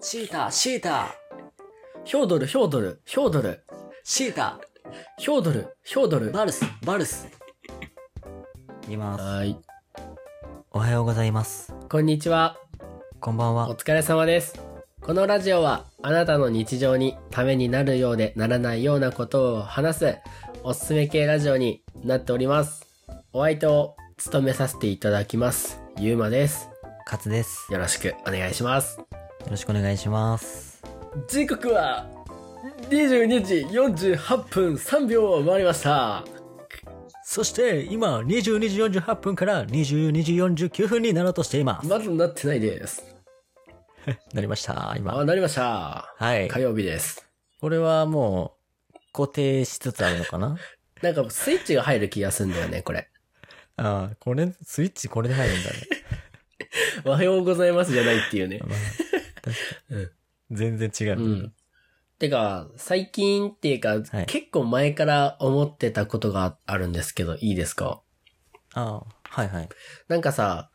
シータ、シータ、ヒョードル、ヒョードル、ヒョードル、シータ、ヒョードル、ヒョードル。バルス、バルス。いきます。はい。おはようございます。こんにちは。こんばんおは。疲れ様です。このラジオは、あなたの日常にためになるようでならないようなことを話す、おすすめ系ラジオになっております。お相手を務めさせていただきます。ゆうまです。カツです。よよろしくお願いします。ろしくお願いします。時刻は、22時48分3秒を回りました。そして、今、22時48分から22時49分になろうとしています。まだなってないです。なりました、今。あ、なりました。はい。火曜日です。これはもう、固定しつつあるのかななんかスイッチが入る気がするんだよね、これ。 ああ、これ、スイッチこれで入るん だね。おはようございますじゃないっていうね。まあ確かにうん全然違う。うん。てか、最近っていうか、はい結構前から思ってたことがあるんですけど、いいですかああ、はいはい。なんかさ、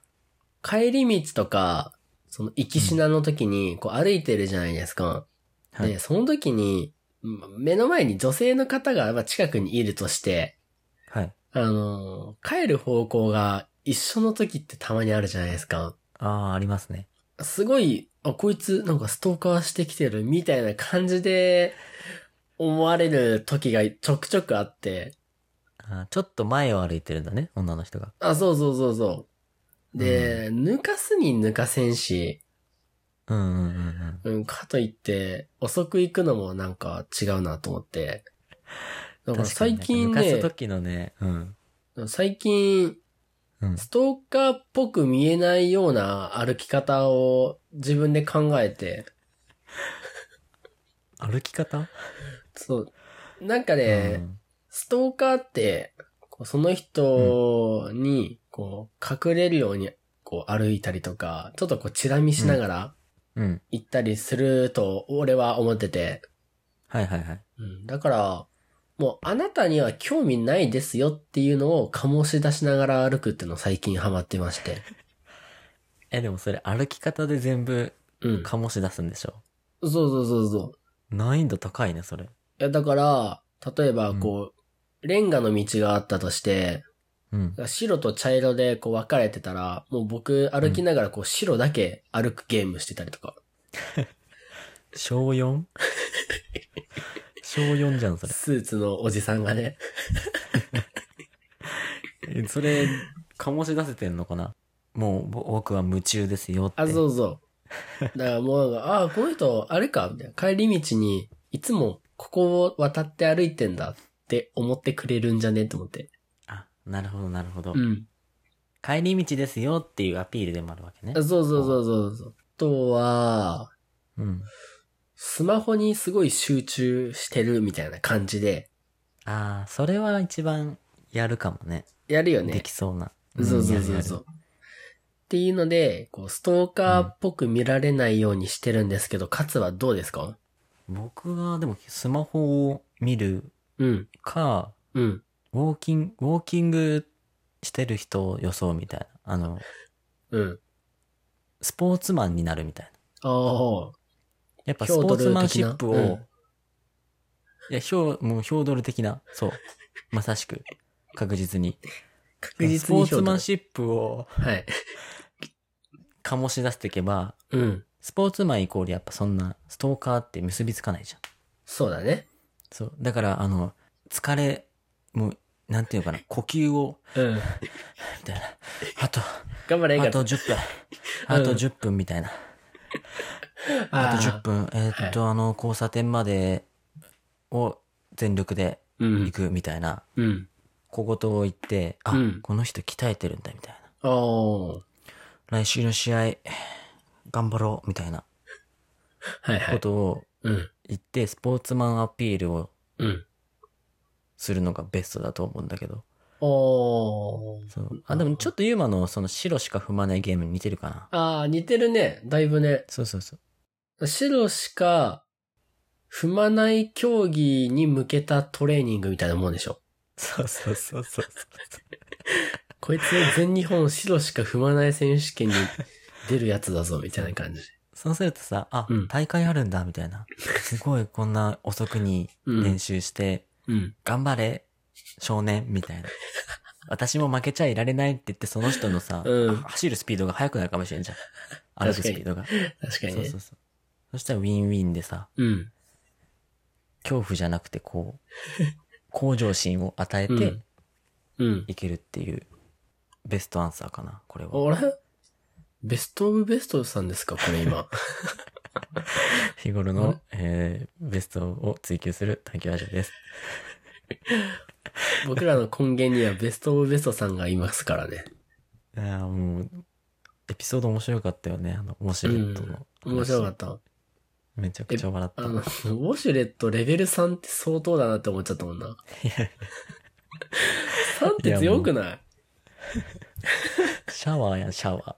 帰り道とか、その行きしなの時に、こう歩いてるじゃないですか。はいで、その時に、うん目の前に女性の方がまあ近くにいるとして、はい。あのー帰る方向が一緒の時ってたまにあるじゃないですか。ああ、ありますね。すごい、あ、こいつなんかストーカーしてきてるみたいな感じで思われる時がちょくちょくあって。ああちょっと前を歩いてるんだね、女の人が。あ、そうそうそうそう。で、抜かすに抜かせんし、うんうんうんうん。うん、かといって遅く行くのもなんか違うなと思って。だから確かに最近なんかね抜かす、時のね、うん。最近うん。ストーカーっぽく見えないような歩き方を自分で考えて、歩き方そう、なんかね、うんストーカーって、こうその人に、こう、隠れるように、こう、歩いたりとか、ちょっとこう、チラ見しながらうん。行ったりすると、俺は思ってて。はいはいはい。うん、だから、もう、あなたには興味ないですよっていうのを醸し出しながら歩くっていうのを最近ハマってまして。え、でもそれ歩き方で全部 うん。そう醸し出すんでしょそうそうそう。難易度高いね、それ。いや、だから、例えば、こう、レンガの道があったとして、うん。白と茶色でこう分かれてたら、もう僕歩きながらこう白だけ歩くゲームしてたりとか。小 4? 小4じゃん、それ。スーツのおじさんがね。えそれ、醸し出せてんのかなもう、ぼ僕は夢中ですよって。あ、そうそう。だからもうなんか、ああ、この人、あれか、みたいな。帰り道に、いつもここを渡って歩いてんだって思ってくれるんじゃねと思って。あ、なるほど、なるほど。うん。帰り道ですよっていうアピールでもあるわけねあ。そうそうそうそうそう。あとは、うん。スマホにすごい集中してるみたいな感じで、ああ、それは一番やるかもね。やるよねで。きそうな。そうそやうるそやうるそう。っていうので、こう、ストーカーっぽく見られないようにしてるんですけど、勝つはどうですか僕は、でも、スマホを見るうん、か、うん。ウォーキング、ウォーキングしてる人を装うみたいな。あの、うん。スポーツマンになるみたいな。ああ、やっぱヒスポョードールツマンシップを、的なうんいや、ヒョウ、もうヒョードル的な、そう。まさしく、確実に。確ス実ポにーツマンッシップをプ。はい。醸し出していけば、うん。スポーツマンイコールやっぱそんなストーカーって結びつかないじゃん。そうだね。そう。だから、あの、疲れ、もう、なんていうのかな、呼吸を、うん。みたいな。あと、頑張れ、映あ画。と10分。あと10分みたいな。あと10分。えーっと、あの、交差点までを全力で分行くみたいな。うん。うん。小言を言って、あ、うんこの人鍛えてるんだみたいな。ああ、は来週の試合、頑張ろうみたいないはこい。とをうん。言って、スポーツマンアピールをうん。するのがベストだと思うんだけど。おー。そう。あ、でもちょっとユーマのその白しか踏まないゲームに似てるかな。ああ、似てるね。だいぶね。そうそうそう。白しか踏まない競技に向けたトレーニングみたいなもんでしょ。そうそうそうそう。こいつ全日本白しか踏まない選手権に出るやつだぞ、みたいな感じ。そうするとさ、あ、うん大会あるんだ、みたいな。すごいこんな遅くにうん練習して、うん。頑張れ、少年、みたいな。私も負けちゃいられないって言って、その人のさ、うん走るスピードが速くなるかもしれんじゃん。歩くスピードが。確かにそうね。そうそう。そしたらウィンウィンでさ、うん。恐怖じゃなくてこう、向上心を与えうてんうん。いけるっていう、ベストアンサーかな、これは。あれベストオブベストさんですかこれ 今。日頃の、えーベストを追求する探求ラジオです。僕らの根源にはベストオブベストさんがいますからね。あーもう、エピソード面白かったよね、あの、面白いとの、面白かった。た。めちゃくちゃ笑っあた。の、ウォシュレットレベル3って相当だなって思っちゃったもんな。3って強くないシャワーやシャワ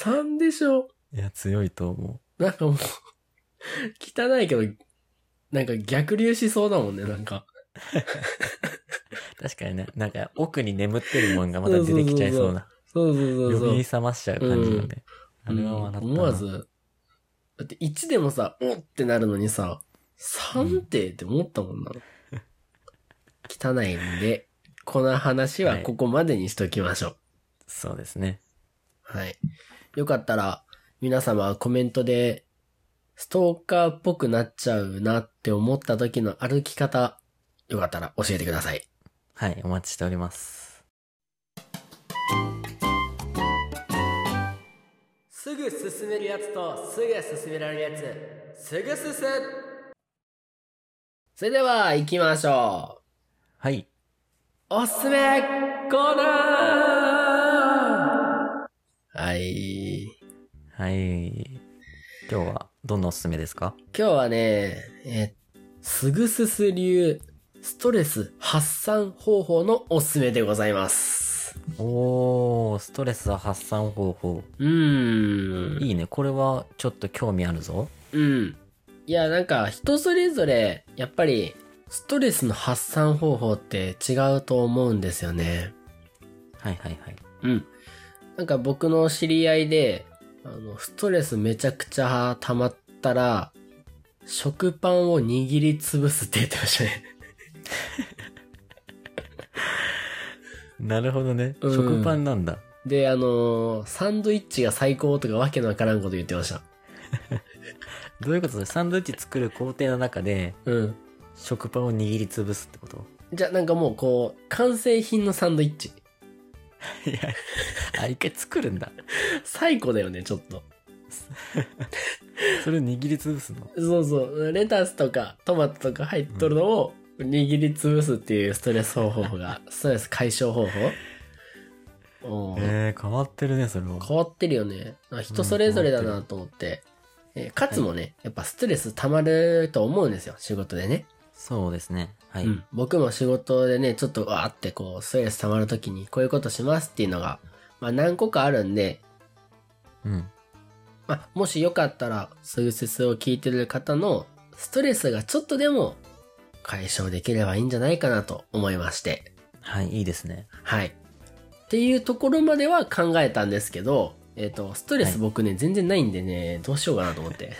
?3 でしょー。いや、強いと思なんかもう、汚いけど、なんか逆流しそうだもんね、なんか。う。確かにね、なんか奥に眠ってるもんがまた出てきちゃいそうな。そうそうそう呼そうび。覚ましちゃう感じだね。あれは笑ったな。思わず。だって1でもさ、おってなるのにさ、3ってって思ったもんな。汚いんで、この話はここまでにしときましょう。そうですね。はい。よかったら、皆様コメントで、ストーカーっぽくなっちゃうなって思った時の歩き方、よかったら教えてください。はい、お待ちしております。すぐ進めるやつと、すぐ進められるやつ、すぐ進むそれでは、行きましょはい。う。おすすめコーナーはい。はい。今日はどんなおすすめですか今日はね、えー、すぐすす流、ストレス発散方法のおすすめでございます。おー、ストレス発散方法。うーん。いいね。これはちょっと興味あるぞ。うん。いや、なんか人それぞれ、やっぱり、ストレスの発散方法って違うと思うんですよね。はいはいはい。うん。なんか僕の知り合いで、あの、ストレスめちゃくちゃ溜まったら、食パンを握りつぶすって言ってましたね。 なるほどね。うん食パンなんだ。で、あのーサンドイッチが最高とかわけのわからんこと言ってました。どういうことサンドイッチ作る工程の中で、うん。食パンを握りつぶすってこと じゃあなんかもうこう、完成品のサンドイッチ。 いや、あ、一回作るんだ。最高だよね、ちょっと。それを握りつぶすの。そうそう。レタスとかトマトとか入っとるのを握りつぶすっていうストレス方法が、ストレス解消 方法おーえー、変わってるね、それは。変わってるよね。なんか人それぞれだなと思って。えーかつもね、やっぱストレス溜まると思うんですよ、仕事でね。そうですね。はい。うん、僕も仕事でね、ちょっとわーってこう、ストレス溜まるときにこういうことしますっていうのが、まあ何個かあるんで、うん。まあもしよかったら、すぐすすを聞いてる方のストレスがちょっとでも解消できればいいんじゃないかなと思いまして。はい、いいですね。はい。っていうところまでは考えたんですけど、えっ、と、ストレはスい僕ね、全然ないんでね、どうしようかなと 思って。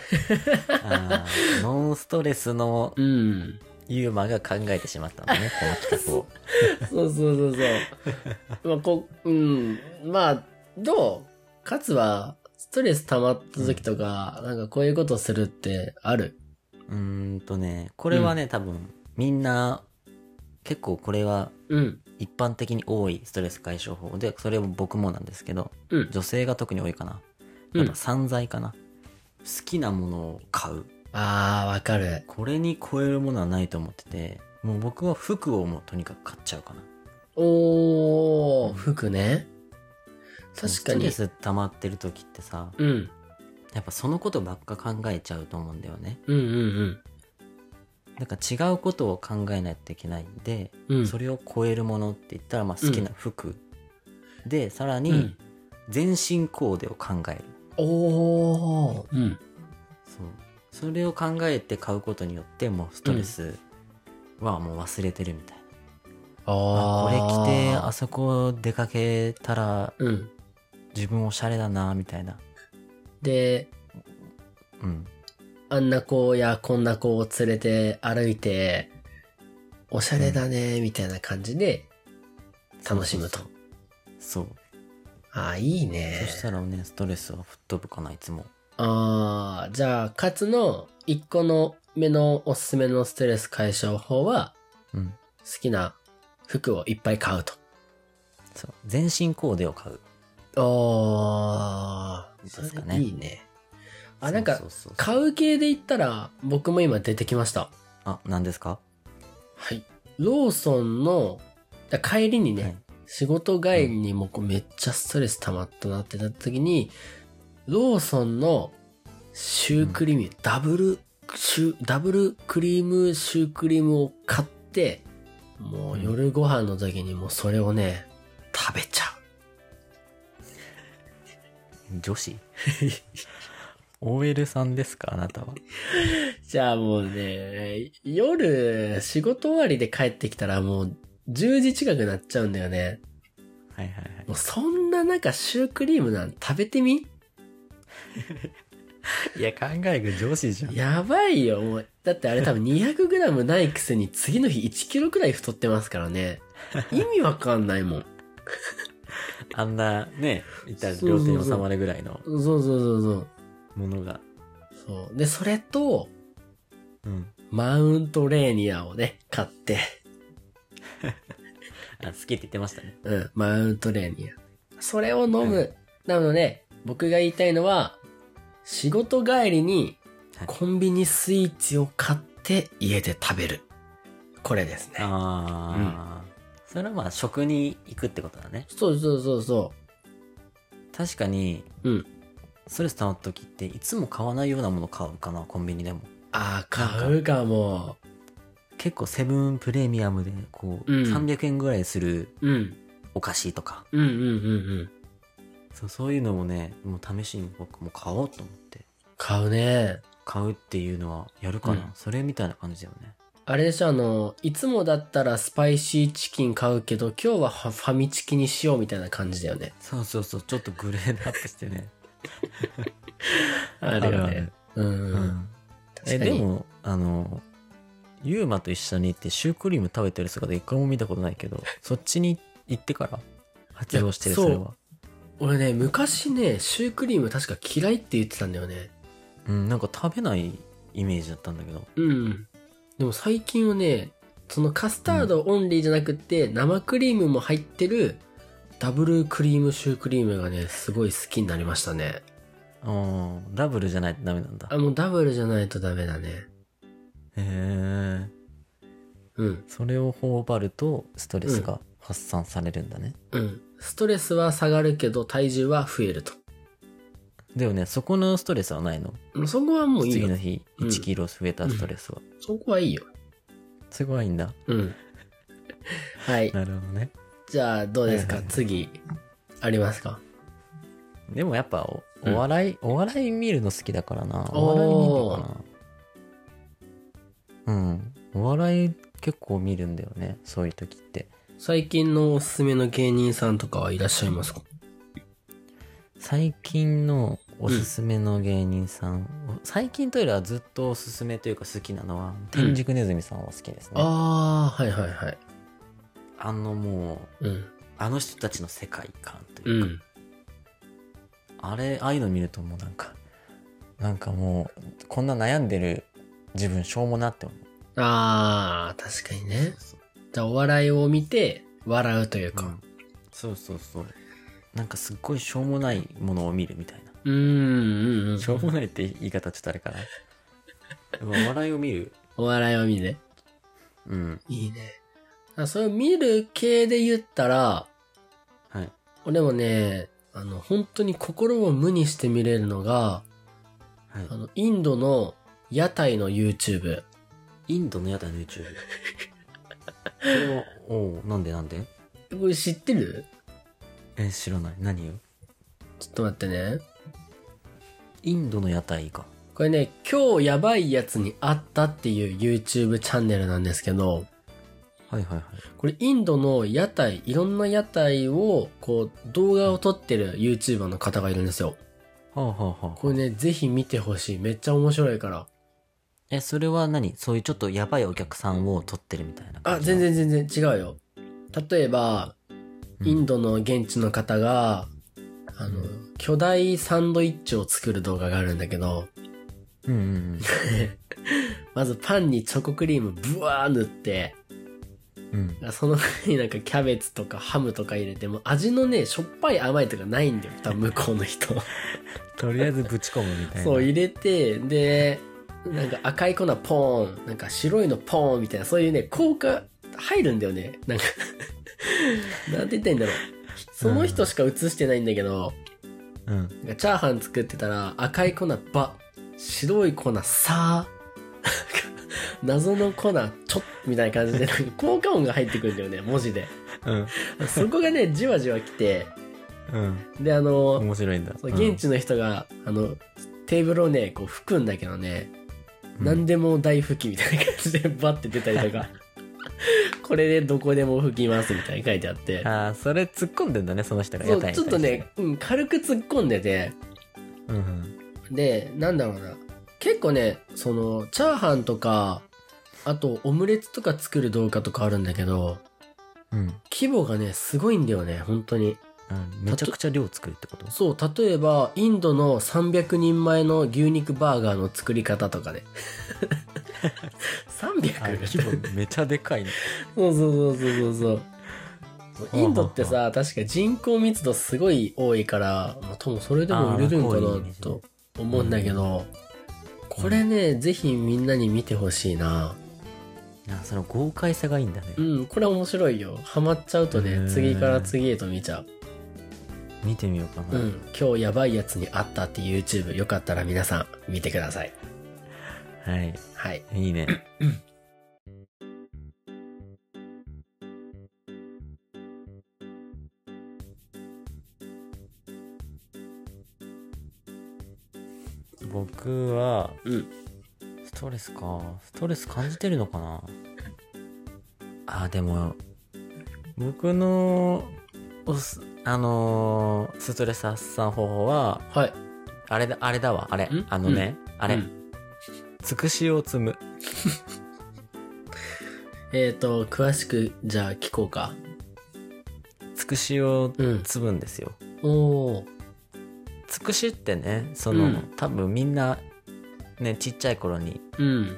あ ーノンストレスのうん。ユーマが考えてしまったのね、この企画 を。そうそうそうそう。まあ、こう、うん。まあ、どうかつは、ストレス溜まった時とか、なんかこういうことするってあるうーんとね、これはね、多分、みんな、結構これはうん。一般的に多いストレス解消法で、それも僕もなんですけど、うん女性が特に多いかな。うんやっぱ散財かな。好きなものを買う。あー、わかる。これに超えるものはないと思ってて、もう僕は服をもうとにかく買っちゃうかな。おー、服ね。確かに。ストレス溜まってる時ってさ、うん。やっぱそのことばっか考えちゃうと思うんだよね。うんうんなんか違うことを考えないといけないんで、うん。うん。それを超えるものって言ったら、まあ好きな服。で、さらに、うん全身コーデを考えるおー。うん。そうそれを考えて買うことによってもうストレスはもう忘れてるみたいな、ああー。これ着てあそこ出かけたらうん。自分おしゃれだなみたいなで、あんな子やこんな子を連れて歩いて、おしゃれだね、みたいな感じで、楽しむと。そう。ああ、いいねそ。したらね、ストレスは吹っ飛ぶかな、いつも。ああ、じゃあ、カツの一個の目のおすすめのストレス解消法は、うん。好きな服をいっぱい買うと。そう。全身コーデを買う。ああ、ですかねそれいいね。あ、なんかそう、そうそう買う系で言ったら、僕も今出てきました。あ、何ですかはい。ローソンの、だ帰りにね、はい仕事帰りにもうこうめっちゃストレス溜まったなってなった時に、ローソンのシュークリーム、ダブルシュー、ダブルクリームシュークリームを買って、もう夜ご飯の時にもうそれをね、食べちゃ女子 ?OL さんですかあなたは。う。じゃあもうね、夜仕事終わりで帰ってきたらもう10時近くなっちゃうんだよね。はいはいはい。もうそんな中シュークリームなんて食べてみいや、考えが女子じゃん。やばいよ、もう。だってあれ多分 200g ないくせに次の日 1kg くらい太ってますからね。意味わかんないもん。あんな、ね、いったら両手に収まるぐらいのそうそうそうそう。ものが。そうで、それと、うん。マウントレーニアをね、買って。あ、好きって言ってましたね。うん、マウントレーニア。それを飲む。うなので、僕が言いたいのは、仕事帰りにはいコンビニスイーツを買って家で食べる。これですね。ああ、それはまあ、食に行くってことだね。そうそうそうそ確かに、う。うん。ストレス溜まった時って、いつも買わないようなもの買うかな、コンビニでも。あー、買うかも。結構セブンプレミアムで、こう、うん300円ぐらいするうん。お菓子とか、うんうんうんうん。そうそういうのもね、もう試しに僕も買おうと思って、買うね。買うっていうのはやるかな。うんそれみたいな感じだよね。あれでしょ、あの、いつもだったらスパイシーチキン買うけど、今日はファファミチキにしようみたいな感じだよね。そうそうそう、ちょっとグレードアップしてね。あるよね。うん、ううん。ん。え、確かでに。も、あの、ユーマと一緒に行ってシュークリーム食べてる姿一回も見たことないけど、そっちに行ってから発動してる、いやそれは。俺ね、昔ね、シュークリーム確か嫌いって言ってたんだよね。うん、なんか食べないイメージだったんだけど。うん。でも最近はね、そのカスタードオンリーじゃなくって、生クリームも入ってる、ダブルクリームシュークリームがね、すごい好きになりましたね。うん、ダブルじゃないとダメなんだ。あ、もうダブルじゃないとダメだね。へえ。うん。それを頬張るとストレスが発散されるんだね。うん。ストレスは下がるけど、体重は増えると。でもね、そこのストレスはないの。そこはもういい次よの。日、うん1キロ増えたストレスは。そこはいいよ。すごいんだ。うん。 はい。なるほどね。じゃあ、どうですか、はいはい次、ありますかでもやっぱお、うんお笑い、お笑い見るの好きだからな。おーお笑い見るのかな。うん。お笑い結構見るんだよね。そういう時って。最近のおすすめの芸人さんとかはいらっしゃいますか最近のおすすめの芸人さん、最近というよりはずっとおすすめというか好きなのは、天竺ネズミさんは好きですね。ああ、はいはいはい。あのもう、うん。あの人たちの世界観といううか、ん。あれ、ああいうの見るともうなんか、なんかもう、こんな悩んでる自分しょうもなって思う。ああ、確かにね。じゃあ、お笑いを見て、笑うというか。そうそうそう。なんかすっごいしょうもないものを見るみたいな。うん、うん、うん。しょうもないって言い方ちょっとあれか な。でも笑いを見る。お笑いを見て。うん。いいね。あそれを見る系で言ったら、はい。俺もね、あの、本当に心を無にして見れるのが、はいあ。の、インドの屋台の YouTube。インドの屋台の YouTube。それは、おうなんでなんでこれ知ってるえ、知らない。何よ。ちょっと待ってね。インドの屋台か。これね、今日やばいやつに会ったっていう YouTube チャンネルなんですけど、はいはいはい。これインドの屋台、いろんな屋台を、こう、動画を撮ってる YouTuber の方がいるんですよ。はあはあはあ。これね、ぜひ見てほしい。めっちゃ面白いから。え、それは何そういうちょっとやばいお客さんを取ってるみたいなあ感じ全然全然違うよ例えばうんインドの現地の方が、あの巨大サンドイッチを作る動画があるんだけどうんうんまずパンにチョコクリームブワー塗ってうん。 うん。その上になんかキャベツとかハムとか入れても味のねしょっぱい甘いとかないんだよ多分向こうの人とりあえずぶち込むみたいな。そう入れてでなんか赤い粉ポーンなんか白いのポーンみたいなそういうね効果入るんだよねなん かなんて言ったらいいんだろうその人しか映してないんだけど、うん。なんかチャーハン作ってたら赤い粉ば白い粉さー謎の粉ちょっみたいな感じでなんか効果音が入ってくるんだよね文字でうん。そこがねじわじわ来てうん。であの面白いんだ。そう現地の人が、あのテーブルをねこう拭くんだけどね、何ででも大拭きみたいな感じで バッて出たり とかこれでどこでも拭きますみたいに書いてあってああ、それ突っ込んでんだね、その人が。そ屋う台にちょっとね、うん、軽く突っ込んで対てして。うんうん。でなんだろうな結構ねそのチャーハンとかあとオムレツとか作る動画とかあるんだけどうん。規模がねすごいんだよね本当にうんめちゃくちゃ量作るってことそう例えばインドの300人前の牛肉バーガーの作り方とかねあ 300? 規模めちゃで かいね。そうそうそうそうそうそうインドってさ確か人口密度すごい多いから、まあ、多分それでも売れるんかあーまあこういうイメなージと思うんだけど、これねぜひみんなに見てほしいなあその豪快さがいいんだね。うんこれ面白いよハマっちゃうとへねー次から次へと見ちゃう見てみようかうな。ん今日やばいやつにあったっていう YouTube よかったら皆さん見てくださいはい。はいいいね。僕は、うんストレスか。ストレス感じてるのかなあ、でも、僕の、おす、あのーストレス発散方法は、はいあれだ、あれだわ、あれん。あのね、あれ、うんつくしを積む。えっ、ー、と詳しくじゃあ聞こうかつくしをうん積むんですよ。おおつくしってね、その、うん多分みんな、ね、ちっちゃい頃に、うん、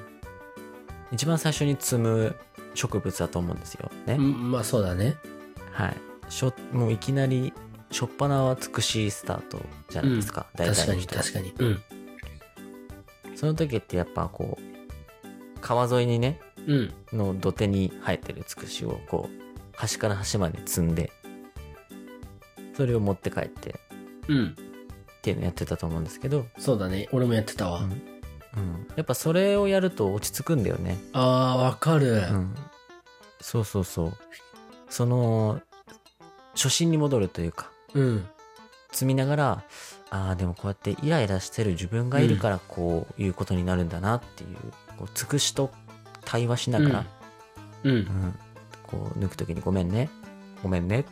一番最初に積む植物だと思うんですよ。ね。うん、まあそうだねはい。しょ、もういきなり、しょっぱなはつくしスタートじゃないですか。大確か体のに人確かにうんその時ってやっぱこう、川沿いにね、うんの土手に生えてるつくしをこう端から端まで積んでそれを持って帰ってっうんていうのやってたと思うんですけど、そうだね俺もやってたわ、うんうん、やっぱそれをやると落ち着くんだよね、あーわかる、うん、そうそうそうその初心に戻るというかうん積みながらああでもこうやってイライラしてる自分がいるからこういうことになるんだなっていう,、こうつくしと対話しながら、うんうん、こう抜く時に「ごめんねごめんね」って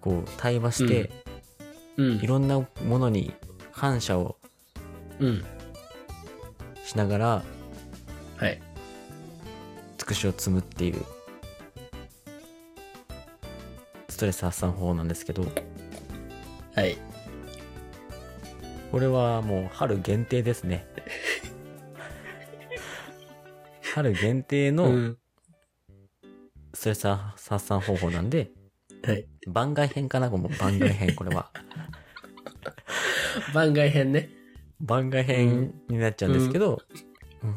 こう対話して、うんいろんなものに感謝をうんしながらはいつくしを積むっていうストレス発散法なんですけどはいこれはもう春限定です ね春限定のんストレス発散方法なんではい番外編かなもう番外編これは番外編ね 番外編になっちゃうんですけど、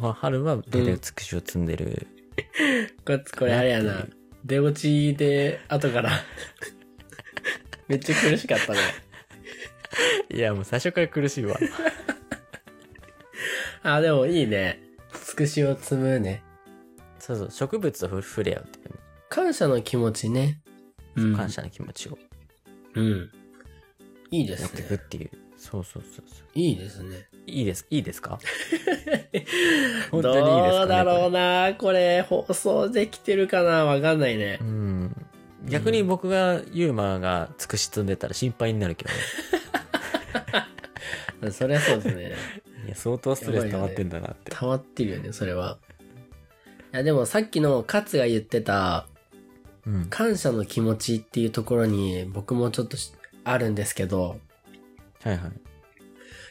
まあ春は大体つくしを積んでる、こいつこれあれやな出落ちで後から めっちゃ苦しかったねいやもう最初から苦しいわあーでもいいねつくしを積むねそうそう植物とふ触れ合うっていうね、感謝の気持ちね感謝の気持ちをうんいいでやっすていねくっていう、そうそうそうそういいですねいいですいいですか 本どう当にいいですか、ね、だろうこなこれ放送できてるかなわかんないねれうん逆に僕がユーマがつくし積んでたら心配になるけどね、そりゃそうですね や相当ストレス溜まってんだなって。溜まってるよね、それは。いや、でもさっきの勝が言ってた、うん。感謝の気持ちっていうところに僕もちょっとしあるんですけど、はいはい。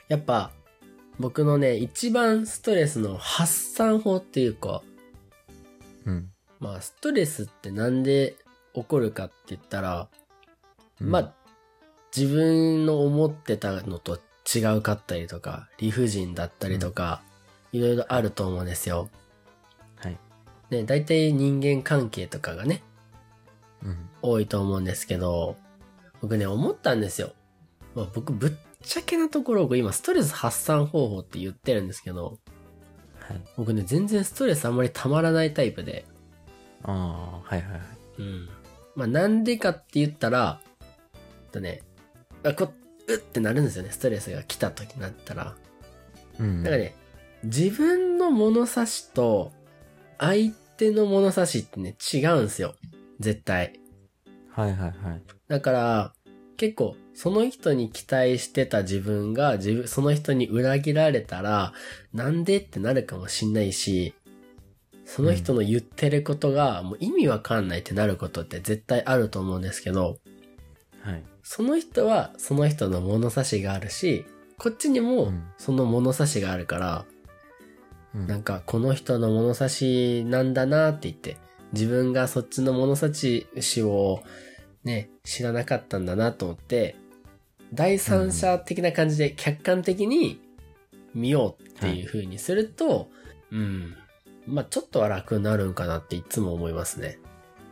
やっぱ僕のね、一番ストレスの発散法っていうか、うん。まあストレスってなんで起こるかって言ったら、うんまあ、自分の思ってたのと違うかったりとか、理不尽だったりとか、いろいろあると思うんですよ。はい。ね、大体人間関係とかがね、うん。多いと思うんですけど、僕ね、思ったんですよ。まあ、僕、ぶっちゃけなところ、僕今、ストレス発散方法って言ってるんですけど、はい。僕ね、全然ストレスあんまりたまらないタイプで、ああ、はいはいはい。うん。まあ、なんでかって言ったら、えっとね、あこう、うってなるんですよね、ストレスが来た時になったら。うん。なんかね、自分の物差しと、相手の物差しってね、違うんですよ。絶対。はいはいはい。だから、結構、その人に期待してた自分が、自分、その人に裏切られたら、なんでってなるかもしんないし、その人の言ってることが、もう意味わかんないってなることって絶対あると思うんですけど、はい。その人はその人の物差しがあるし、こっちにもうんその物差しがあるから、うんなんかこの人の物差しなんだなって言って、自分がそっちの物差しをね、知らなかったんだなと思って、第三者的な感じで客観的に見ようっていう風にすると、うん。まあちょっとは楽になるんかなっていつも思いますね。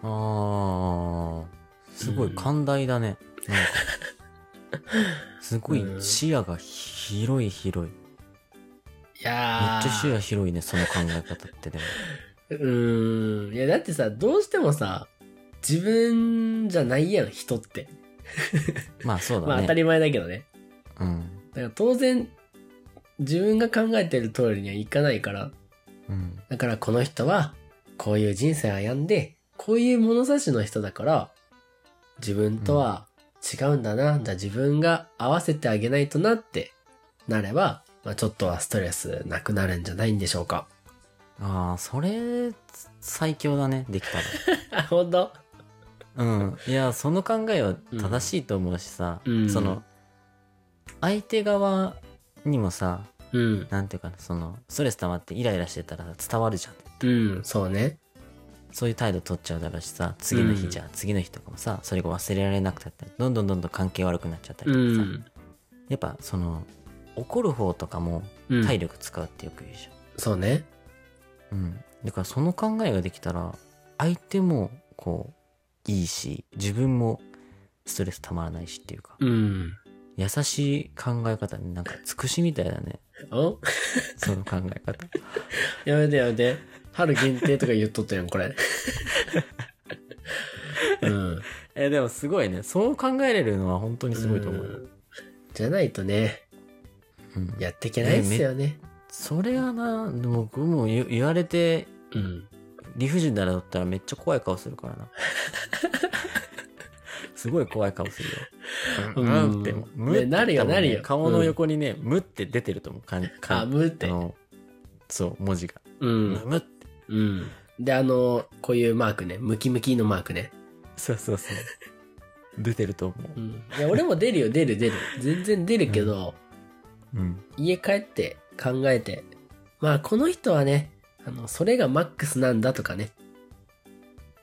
ああ、すごういん寛大だね。なんか すごいうん視野が広い広い。めっいやー。ちゃ視野広いね、その考え方って でも。うーん。いや、だってさ、どうしてもさ、自分じゃないやん、人って。まあそうだね。まあ当たり前だけどね。うん。だから当然、自分が考えてる通りにはいかないから。うん。だからこの人は、こういう人生を歩んで、こういう物差しの人だから、自分とは違うんだな。じゃあ自分が合わせてあげないとなってなれば、まあちょっとはストレスなくなるんじゃないんでしょうか。ああ、それ、最強だね、でき たあ、ほんとら。うん。いや、その考えは正しいと思うしさ、うんその、相手側にもさ、うん。なんていうかな、その、ストレス溜まってイライラしてたら伝わるじゃん。うん、そうね。そういう態度取っちゃうだろうしさ、次の日じゃ、次の日とかもさ、それが忘れられなくなったり、どんどんどんどん関係悪くなっちゃったりうとかさ、ん。やっぱその、怒る方とかもうん体力使うってよく言うじそうね。ゃん。うん。だからその考えができたら、相手もこう、いいし、自分もストレスたまらないしっていうか、うん。優しい考え方ね、なんかつくしみたいだね、おその考え方。やめてやめて。春限定とか言っとったやん、これ。うん。 え、でもすごいね、そう考えれるのは本当にすごいと思うよ。んじゃないとね、うんやっていけないっすよね。それはな、でも僕も言言われてうん。理不尽だなだったらめっちゃ怖い顔するから な。すごい怖い顔するよ。うんうんって、ねむってなるよ多分ねなるよ顔の横にね、むって出てると思う。かんかんあ、むっあて。のそう、文字が。うむん。むって。うん。で、あの、こういうマークね。ムキムキのマークね。そうそうそう。 出てると思うう。ん。いや、俺も出るよ、出る、出る。全然出るけど、うん。家帰って考えて。まあ、この人はね、あの、それがマックスなんだとかね。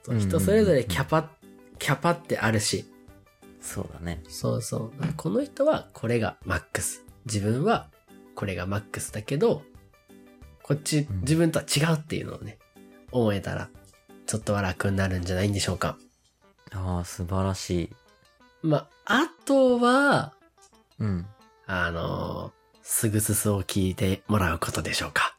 そううんうんうん人それぞれキャパ、キャパってあるし。そうだね。そうそう。この人はこれがマックス。自分はこれがマックスだけど、こっちうん自分とは違うっていうのをね、思えたら、ちょっとは楽になるんじゃないんでしょうか。ああ、素晴らしい。まあ、あとは、うん。あのすぐすすを聞いてもらうことでしょうか。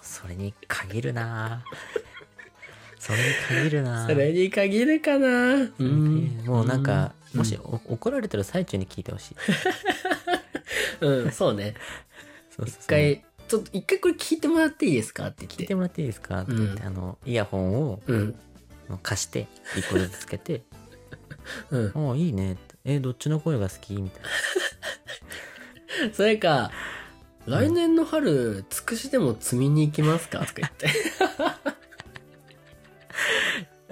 それに限るな それに限るなそれに限るかなうん。もうなんか、うんもしお怒られてる最中に聞いてほしい。うん、そうね。そうそうそう一回、ちょっと一回これ聞いてもらっていいですかって聞聞いいてて。もらっていいですかって言って、うあの、イヤホンをうん。貸して、一個ずつつけ て、うん。ああ、いいねって。え、どっちの声が好きみたいそれか、来年の春、つくしでも摘みに行きますかとか言って。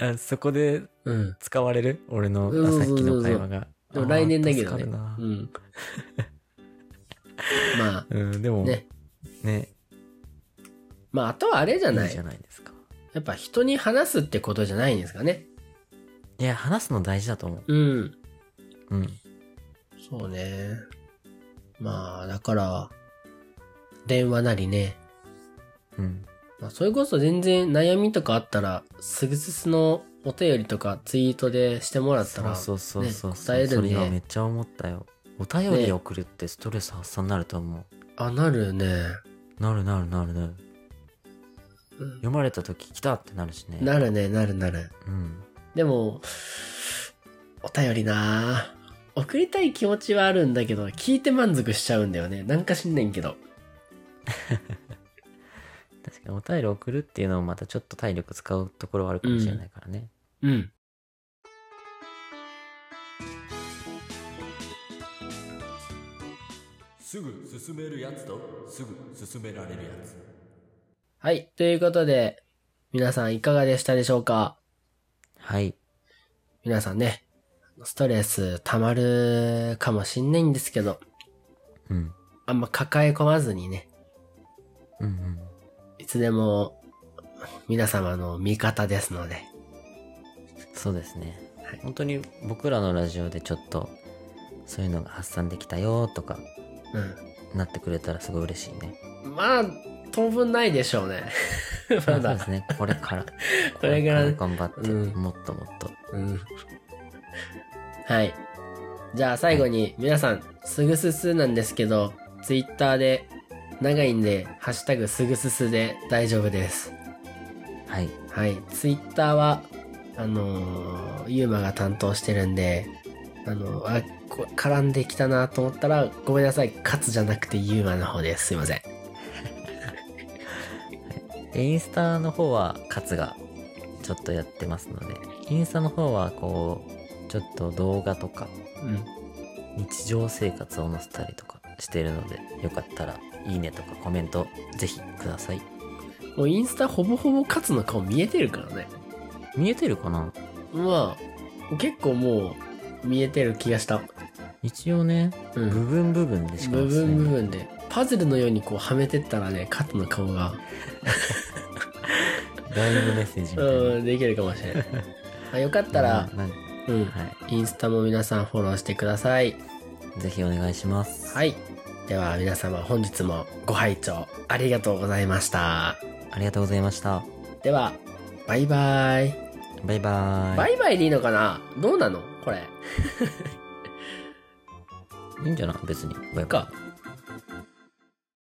あそこでうん。使われる俺のそうそうそうあそさうっきの会話が。でも来年だけどあーね。助かるなうん。 まうん、であ、も、ねね。。まあ、あとはあれじゃいないいじゃないですか。やっぱ人に話すってことじゃないんですかね。いや、話すの大事だと思う。うん。うん。そうね。まあ、だから、電話なりね。うん。まあ、それこそ全然悩みとかあったら、すぐすすのお便りとかツイートでしてもらったそうら、そうそうそう。ね答えるそんでれ今めっちゃ思ったよ。お便り送るってストレス発散になると思あ、なるね。う。なるなるなるなる。うん読まれた時来たってなるしね。なるね、なるなる。うん。でも、お便りなぁ送りたい気持ちはあるんだけど、聞いて満足しちゃうんだよね。なんかしんねんけど。確かにお便り送るっていうのもまたちょっと体力使うところはあるかもしれないからね。うん。すぐ進めるやつとすぐ進められるやつはい。ということで、皆さんいかがでしたでしょうかはい。皆さんね、ストレス溜まるかもしんないんですけど、うん。あんま抱え込まずにね、うんうん。いつでも皆様の味方ですので。そうですね、はい本当に僕らのラジオでちょっとそういうのが発散できたよとかなってくれたらすごい嬉しいねうん。まあ、当分ないでしょうね。 まそうでだ。すねこれからこれからね頑張って、うんもっともっとうん。はい。じゃあ最後に皆さん、すぐすすなんですけど、ツイッターで長いんで、ハッシュタグすぐすすで大丈夫です。はいはい。ツイッターは、あのー、ゆうまが担当してるんで、あのー、あ、こ絡んできたなと思ったら、ごめんなさい。カツじゃなくてゆうまの方です。すいません。でインスタの方はカツがちょっとやってますのでインスタの方はこうちょっと動画とかうん。日常生活を載せたりとかしてるのでよかったらいいねとかコメントぜひくださいもうインスタほぼほぼカツの顔見えてるからね。見えてるかなまあ、結構もう見えてる気がした。一応ねう部ん。分部分でしか部ですね分部分で。パズルのようにこうはめてったらね、カツの顔が、ダイイングメッセージみたいな。うん、できるかもし れない。あよかったらうん、なんうん。はインスタも皆さんフォローしてください。い。ぜひお願いします。はい。では皆様本日もご拝聴ありがとうございました。ありがとうございました。では、バイバイ。バイバーイ。バイバイでいいのかなどうなのこれ。いいんじゃない別に。バイバイか。